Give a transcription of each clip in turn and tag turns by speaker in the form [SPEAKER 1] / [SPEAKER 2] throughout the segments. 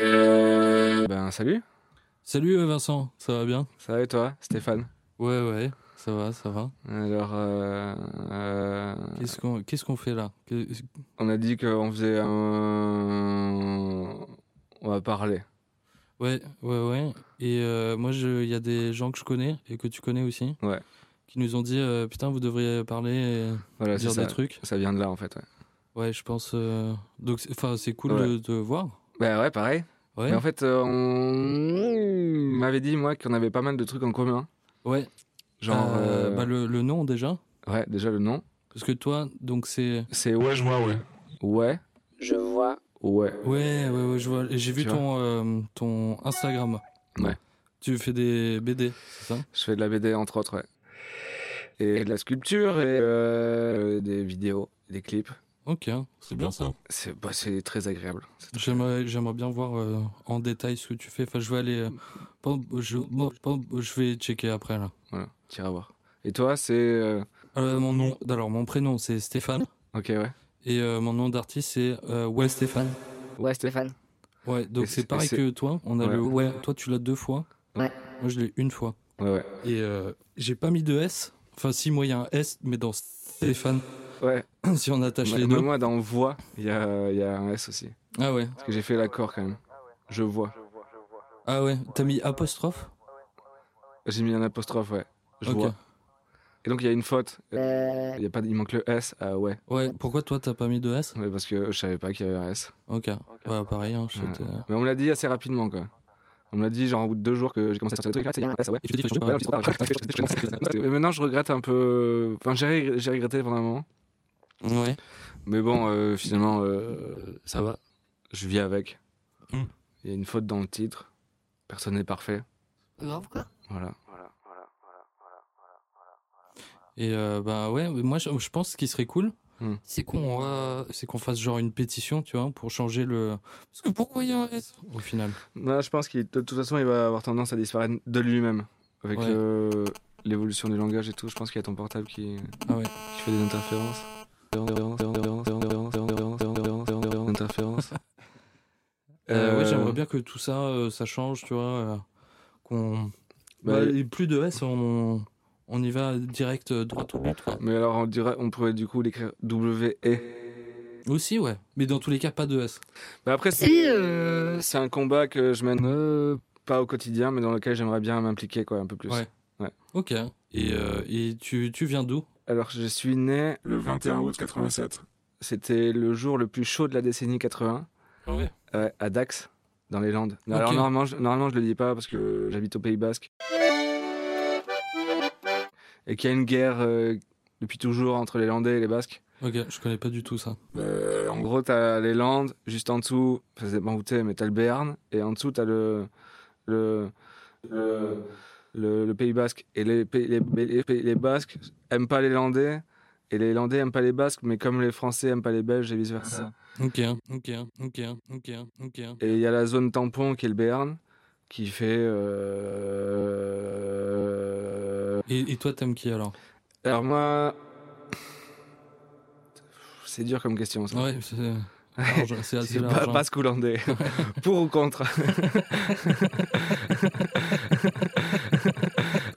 [SPEAKER 1] Ben salut,
[SPEAKER 2] Salut euh, Vincent, ça va bien
[SPEAKER 1] ça va et toi, Stéphane
[SPEAKER 2] Ouais, ouais, ça va, ça va.
[SPEAKER 1] Alors, euh, euh,
[SPEAKER 2] Qu'est-ce qu'on qu'est-ce qu'on fait là Que-
[SPEAKER 1] on a dit qu'on faisait un... On va parler.
[SPEAKER 2] Ouais, ouais, ouais. Et euh, moi, je- il y a des gens que je connais et que tu connais aussi.
[SPEAKER 1] Ouais.
[SPEAKER 2] Qui nous ont dit euh, putain, vous devriez parler et
[SPEAKER 1] Voilà, c'est
[SPEAKER 2] dire
[SPEAKER 1] ça.
[SPEAKER 2] des trucs.
[SPEAKER 1] Ça vient de là en fait. Ouais,
[SPEAKER 2] Ouais, je pense. euh, Donc, c'est- enfin, c'est cool
[SPEAKER 1] Ouais.
[SPEAKER 2] de, de voir.
[SPEAKER 1] bah, ouais pareil.
[SPEAKER 2] Ouais.
[SPEAKER 1] Mais en fait, euh, on m'avait dit moi qu'on avait pas mal de trucs en commun.
[SPEAKER 2] Ouais.
[SPEAKER 1] Genre,
[SPEAKER 2] Euh,
[SPEAKER 1] euh,
[SPEAKER 2] bah, le, le nom déjà.
[SPEAKER 1] ouais, déjà le nom.
[SPEAKER 2] Parce que toi, donc c'est.
[SPEAKER 1] C'est ouais, je vois, ouais. Ouais,
[SPEAKER 3] Je vois,
[SPEAKER 1] ouais.
[SPEAKER 2] Ouais, ouais, ouais, je vois. J'ai vu
[SPEAKER 1] Tu vois
[SPEAKER 2] ton euh, ton Instagram.
[SPEAKER 1] Ouais.
[SPEAKER 2] Tu fais des BD, c'est ça
[SPEAKER 1] Je fais de la BD entre autres, ouais. Et de la sculpture et euh, des vidéos, des clips.
[SPEAKER 2] Ok,
[SPEAKER 4] C'est bien ça.
[SPEAKER 1] C'est bah, c'est très agréable. C'est très-
[SPEAKER 2] J'aimerais, j'aimerais bien voir euh, en détail ce que tu fais. Enfin, je vais aller. euh, pom- je, mo- pom- je vais checker après là.
[SPEAKER 1] Voilà, tu iras voir. Et toi, c'est. euh,
[SPEAKER 2] Euh, mon nom, alors mon prénom c'est Stéphane
[SPEAKER 1] Ok, ouais.
[SPEAKER 2] et euh, mon nom d'artiste c'est euh, Ouais Stéphane.
[SPEAKER 3] ouais Stéphane.
[SPEAKER 2] Ouais, donc
[SPEAKER 1] Et
[SPEAKER 2] c'est
[SPEAKER 1] c'est-
[SPEAKER 2] pareil
[SPEAKER 1] et c'est-
[SPEAKER 2] que toi. On a
[SPEAKER 1] Ouais.
[SPEAKER 2] le Ouais. Toi tu l'as deux fois.
[SPEAKER 3] Ouais.
[SPEAKER 2] Moi je l'ai une fois.
[SPEAKER 1] Ouais, ouais.
[SPEAKER 2] Et euh, j'ai pas mis de S. Enfin si moi il y a un S mais dans Stéphane
[SPEAKER 1] Ouais,
[SPEAKER 2] si on attache
[SPEAKER 1] moi-
[SPEAKER 2] les
[SPEAKER 1] moi,
[SPEAKER 2] deux.
[SPEAKER 1] moi, dans Voix, il y a, il y a un S aussi.
[SPEAKER 2] Ah ouais.
[SPEAKER 1] Parce que j'ai fait l'accord quand même. Je vois.
[SPEAKER 2] Ah ouais. T'as mis apostrophe.
[SPEAKER 1] J'ai mis un apostrophe, ouais. Je
[SPEAKER 2] Ok.
[SPEAKER 1] vois. Et donc, il y a une faute.
[SPEAKER 3] Euh,
[SPEAKER 1] Il, y a pas, il manque le S à ouais.
[SPEAKER 2] Ouais. Pourquoi toi t'as pas mis de S
[SPEAKER 1] Mais parce que je savais pas qu'il y avait un S.
[SPEAKER 2] Ok. Ouais pareil. Hein, je
[SPEAKER 1] Ouais.
[SPEAKER 2] t'ai-
[SPEAKER 1] Mais on me l'a dit assez rapidement, quoi. On me l'a dit genre au bout de deux jours que j'ai commencé à sortir des trucs. là, c'est bien, ouais, ça, ouais.
[SPEAKER 2] Et tu t'es dit,
[SPEAKER 1] Ouais, non, c'est trop tard, je- je- je- je- je- Mais maintenant, je regrette un peu. Enfin, j'ai ré- j'ai regretté pendant un moment.
[SPEAKER 2] Ouais.
[SPEAKER 1] Mais bon, euh, finalement, euh, ça va. Je vis avec.
[SPEAKER 2] Hum.
[SPEAKER 4] Hmm.
[SPEAKER 1] Il y a une faute dans le titre. Personne n'est parfait.
[SPEAKER 3] grave quoi
[SPEAKER 1] Voilà.
[SPEAKER 2] Et euh, bah ouais, mais moi je, je pense que ce qui serait cool,
[SPEAKER 1] Hmm.
[SPEAKER 2] c'est qu'on euh, c'est qu'on fasse genre une pétition, tu vois, pour changer le. Parce que pourquoi il y a un S au final
[SPEAKER 1] Non, je pense qu'il, de toute façon, il va avoir tendance à disparaître de lui-même. Avec
[SPEAKER 2] Ouais.
[SPEAKER 1] le- l'évolution du langage et tout, je pense qu'il y a ton portable qui,
[SPEAKER 2] Ah ouais.
[SPEAKER 1] qui fait des interférences. Interférences.
[SPEAKER 2] Euh, Ouais,
[SPEAKER 1] Euh,
[SPEAKER 2] j'aimerais bien que tout ça, euh, ça change, tu vois, euh, qu'on.
[SPEAKER 1] bah,
[SPEAKER 2] Bah, et plus de S, on, on y va direct euh, droit au but. quoi.
[SPEAKER 1] Mais alors, on, dirait, on pourrait du coup l'écrire W-E.
[SPEAKER 2] Aussi, ouais. Mais dans tous les cas, pas de S.
[SPEAKER 1] Bah après, c'est euh, c'est un combat que je mène euh, pas au quotidien, mais dans lequel j'aimerais bien m'impliquer quoi, un peu plus.
[SPEAKER 2] Ouais. Ok. Et, euh, et tu, tu viens d'où
[SPEAKER 1] Alors, je suis né,
[SPEAKER 4] Le 21 août 87.
[SPEAKER 1] c'était le jour le plus chaud de la décennie 80,
[SPEAKER 2] ouais.
[SPEAKER 1] euh, à Dax, dans les Landes. Non,
[SPEAKER 2] Ok.
[SPEAKER 1] Alors, normalement je, normalement, je le dis pas parce que j'habite au Pays Basque. Et qu'il y a une guerre euh, depuis toujours entre les Landais et les Basques.
[SPEAKER 2] Ok, je connais pas du tout ça.
[SPEAKER 4] Euh,
[SPEAKER 1] En gros, t'as les Landes, juste en dessous, enfin, ça dépend où t'es, mais t'as le Béarn, et en dessous, t'as le, le, le, le- le Pays Basque. Et les, Pays- les, les, Pays- les Basques aiment pas les Landais, et les Landais aiment pas les Basques, mais comme les Français aiment pas les Belges, et vice-versa.
[SPEAKER 2] Ok, ok, ok, ok, ok.
[SPEAKER 1] Et il y a la zone tampon qui est le Béarn, qui fait... euh,
[SPEAKER 2] Et, et toi, t'aimes qui alors
[SPEAKER 1] Alors moi... C'est dur comme question, ça.
[SPEAKER 2] Ouais, c'est. Alors, je- C'est assez
[SPEAKER 1] C'est
[SPEAKER 2] large.
[SPEAKER 1] pas,
[SPEAKER 2] hein.
[SPEAKER 1] pas scoulandais. Pour ou contre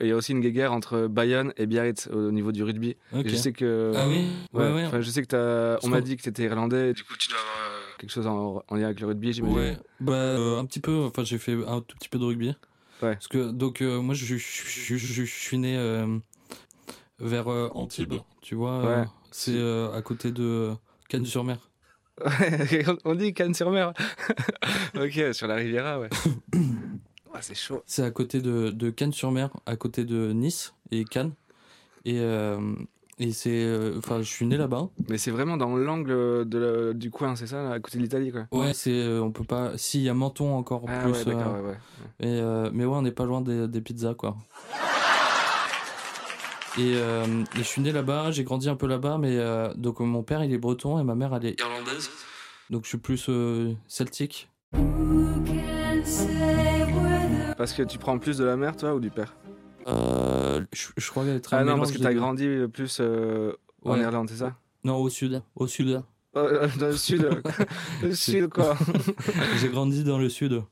[SPEAKER 1] Et Il y a aussi une guéguerre entre Bayonne et Biarritz au niveau du rugby.
[SPEAKER 2] Ok.
[SPEAKER 1] Et je sais que. euh,
[SPEAKER 2] Ah oui, ouais,
[SPEAKER 1] Ouais,
[SPEAKER 2] ouais.
[SPEAKER 1] enfin, je sais que t'as-
[SPEAKER 2] Parce
[SPEAKER 1] On m'a
[SPEAKER 2] qu'on-
[SPEAKER 1] dit que t'étais irlandais. Du coup, tu dois avoir euh, quelque chose en, en lien avec le rugby, j'imagine.
[SPEAKER 2] Ouais, bah euh, un petit peu. Enfin, j'ai fait un tout petit peu de rugby.
[SPEAKER 1] Ouais.
[SPEAKER 2] Parce que donc euh, moi, je, je, je- je- je suis né euh, vers euh, Antibes. Tu vois, euh,
[SPEAKER 1] Ouais.
[SPEAKER 2] c'est euh, à côté de euh, Cannes-sur-Mer.
[SPEAKER 1] On dit Cannes-sur-Mer. ok, sur la Riviera, ouais. Ouais, c'est chaud.
[SPEAKER 2] C'est à côté de, de Cannes-sur-Mer, à côté de Nice et Cannes. Et euh, et c'est, euh, enfin, je suis né là-bas.
[SPEAKER 1] Mais c'est vraiment dans l'angle de la- du coin, c'est ça, là, à côté de l'Italie, quoi.
[SPEAKER 2] Ouais, c'est, euh, on peut pas. Si, il y a Menton encore
[SPEAKER 1] Ah
[SPEAKER 2] plus.
[SPEAKER 1] ouais, d'accord,
[SPEAKER 2] euh,
[SPEAKER 1] ouais, ouais.
[SPEAKER 2] Et, euh, mais ouais, on n'est pas loin des, des pizzas, quoi. Et, euh, et je suis né là-bas, j'ai grandi un peu là-bas, mais euh, donc euh, mon père il est breton et ma mère elle est irlandaise, donc je suis plus euh, celtique.
[SPEAKER 1] Parce que tu prends plus de la mer, toi, ou du père
[SPEAKER 2] Euh, je, je crois qu'elle est très
[SPEAKER 1] Ah non, parce
[SPEAKER 2] mélange
[SPEAKER 1] que
[SPEAKER 2] des
[SPEAKER 1] t'as
[SPEAKER 2] deux.
[SPEAKER 1] grandi plus euh, en
[SPEAKER 2] Ouais.
[SPEAKER 1] Irlande, c'est ça
[SPEAKER 2] Non, au sud, au sud.
[SPEAKER 1] euh, dans le sud. euh, le sud, quoi. Ah.
[SPEAKER 2] J'ai grandi dans le sud.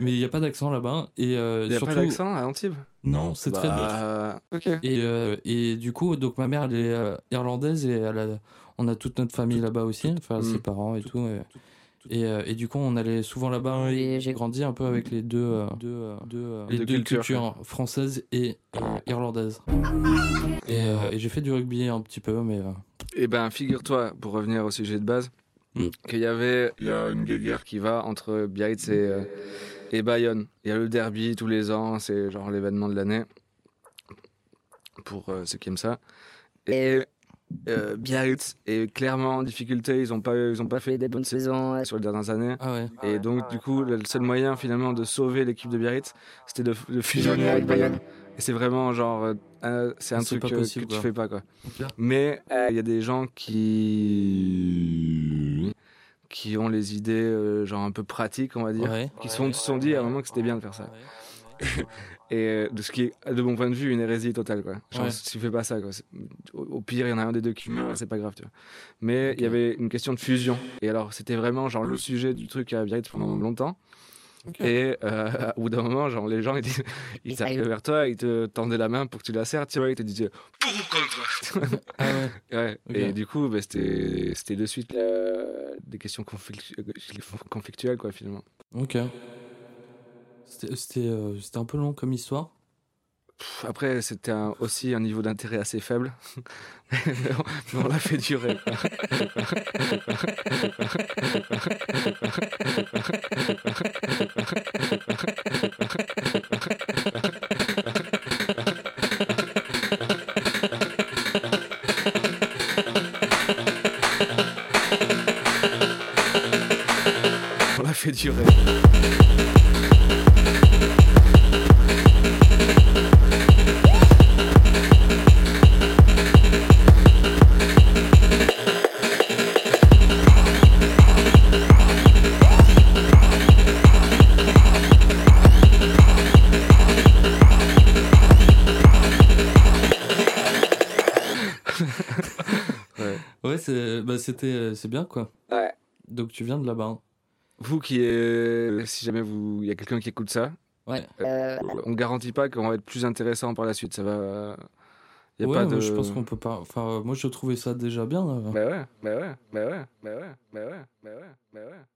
[SPEAKER 2] Mais il n'y a pas d'accent là-bas. Et euh,
[SPEAKER 1] Il n'y a
[SPEAKER 2] surtout.
[SPEAKER 1] pas d'accent à Antibes
[SPEAKER 2] Non, c'est très neutre.
[SPEAKER 1] Bah, Ok.
[SPEAKER 2] Et, euh, et du coup, donc ma mère, elle est euh, irlandaise et elle a- on a toute notre famille là-bas aussi, enfin
[SPEAKER 1] Mm.
[SPEAKER 2] ses parents et tout. et, et, euh, et du coup, on allait souvent là-bas et j'ai grandi un peu avec les deux, euh, deux, euh, deux, euh, les
[SPEAKER 1] deux
[SPEAKER 2] deux
[SPEAKER 1] cultures,
[SPEAKER 2] cultures, françaises et euh, irlandaises. Et, euh, et j'ai fait du rugby un petit peu, mais euh,
[SPEAKER 1] Eh ben, figure-toi, pour revenir au sujet de base,
[SPEAKER 2] Mm.
[SPEAKER 1] qu'il y avait
[SPEAKER 4] Il y a une guéguerre.
[SPEAKER 1] qui va entre Biarritz et, euh, et Bayonne. Il y a le derby tous les ans, c'est genre l'événement de l'année pour euh, ceux qui aiment ça. Et euh, Biarritz est clairement en difficulté, ils n'ont pas, ils ont pas fait des bonnes saisons euh, sur les dernières années.
[SPEAKER 2] ah ouais.
[SPEAKER 1] Et donc, du coup, le seul moyen finalement de sauver l'équipe de Biarritz, c'était de, de fusionner avec Bayonne. Et c'est vraiment genre, euh, euh, c'est un
[SPEAKER 2] C'est
[SPEAKER 1] truc
[SPEAKER 2] pas
[SPEAKER 1] euh,
[SPEAKER 2] possible,
[SPEAKER 1] que tu
[SPEAKER 2] quoi.
[SPEAKER 1] fais pas quoi. Mais euh, il y a des gens qui qui ont les idées euh, genre un peu pratiques, on va dire,
[SPEAKER 2] Ouais.
[SPEAKER 1] qui se sont, se sont dit à un moment que c'était bien de faire ça. Et euh, de ce qui est, de mon point de vue, une hérésie totale quoi. Genre,
[SPEAKER 2] Ouais.
[SPEAKER 1] tu fais pas ça quoi. C'est- Au, au pire, il y en a un des deux qui meurt, c'est pas grave, tu vois. Mais il y
[SPEAKER 2] Ok.
[SPEAKER 1] avait une question de fusion. Et alors, c'était vraiment genre le sujet du truc à Biarritz pendant longtemps.
[SPEAKER 2] Ok.
[SPEAKER 1] Et euh, au bout d'un moment, genre, les gens ils, disent- ils s'arrivaient vers toi, ils te tendaient la main pour que tu la serres, tu vois, ils te disaient pour ou contre
[SPEAKER 2] Ah ouais.
[SPEAKER 1] Ouais,
[SPEAKER 2] Ok.
[SPEAKER 1] et du coup, bah, c'était c'était de suite là, des questions conflictu- euh, conflictuelles, quoi, finalement.
[SPEAKER 2] Ok. C'était- C'était euh, c'était un peu long comme histoire.
[SPEAKER 1] Pff, Après, c'était un- aussi un niveau d'intérêt assez faible, mais on, mais on l'a fait durer. quoi. On l'a fait durer.
[SPEAKER 2] Ouais, c'est bah, c'était, euh, c'est bien quoi.
[SPEAKER 1] Ouais.
[SPEAKER 2] Donc tu viens de là-bas. hein.
[SPEAKER 1] Vous qui, euh, si jamais vous, il y a quelqu'un qui écoute ça,
[SPEAKER 2] Ouais.
[SPEAKER 3] Euh,
[SPEAKER 1] on garantit pas qu'on va être plus intéressant par la suite. Ça va. Il y a
[SPEAKER 2] Ouais,
[SPEAKER 1] pas
[SPEAKER 2] mais
[SPEAKER 1] de.
[SPEAKER 2] Je pense qu'on peut pas. Enfin, euh, moi, je trouvais ça déjà bien. là.
[SPEAKER 1] Bah ouais, bah ouais, bah ouais, bah ouais, bah ouais, bah ouais, bah ouais.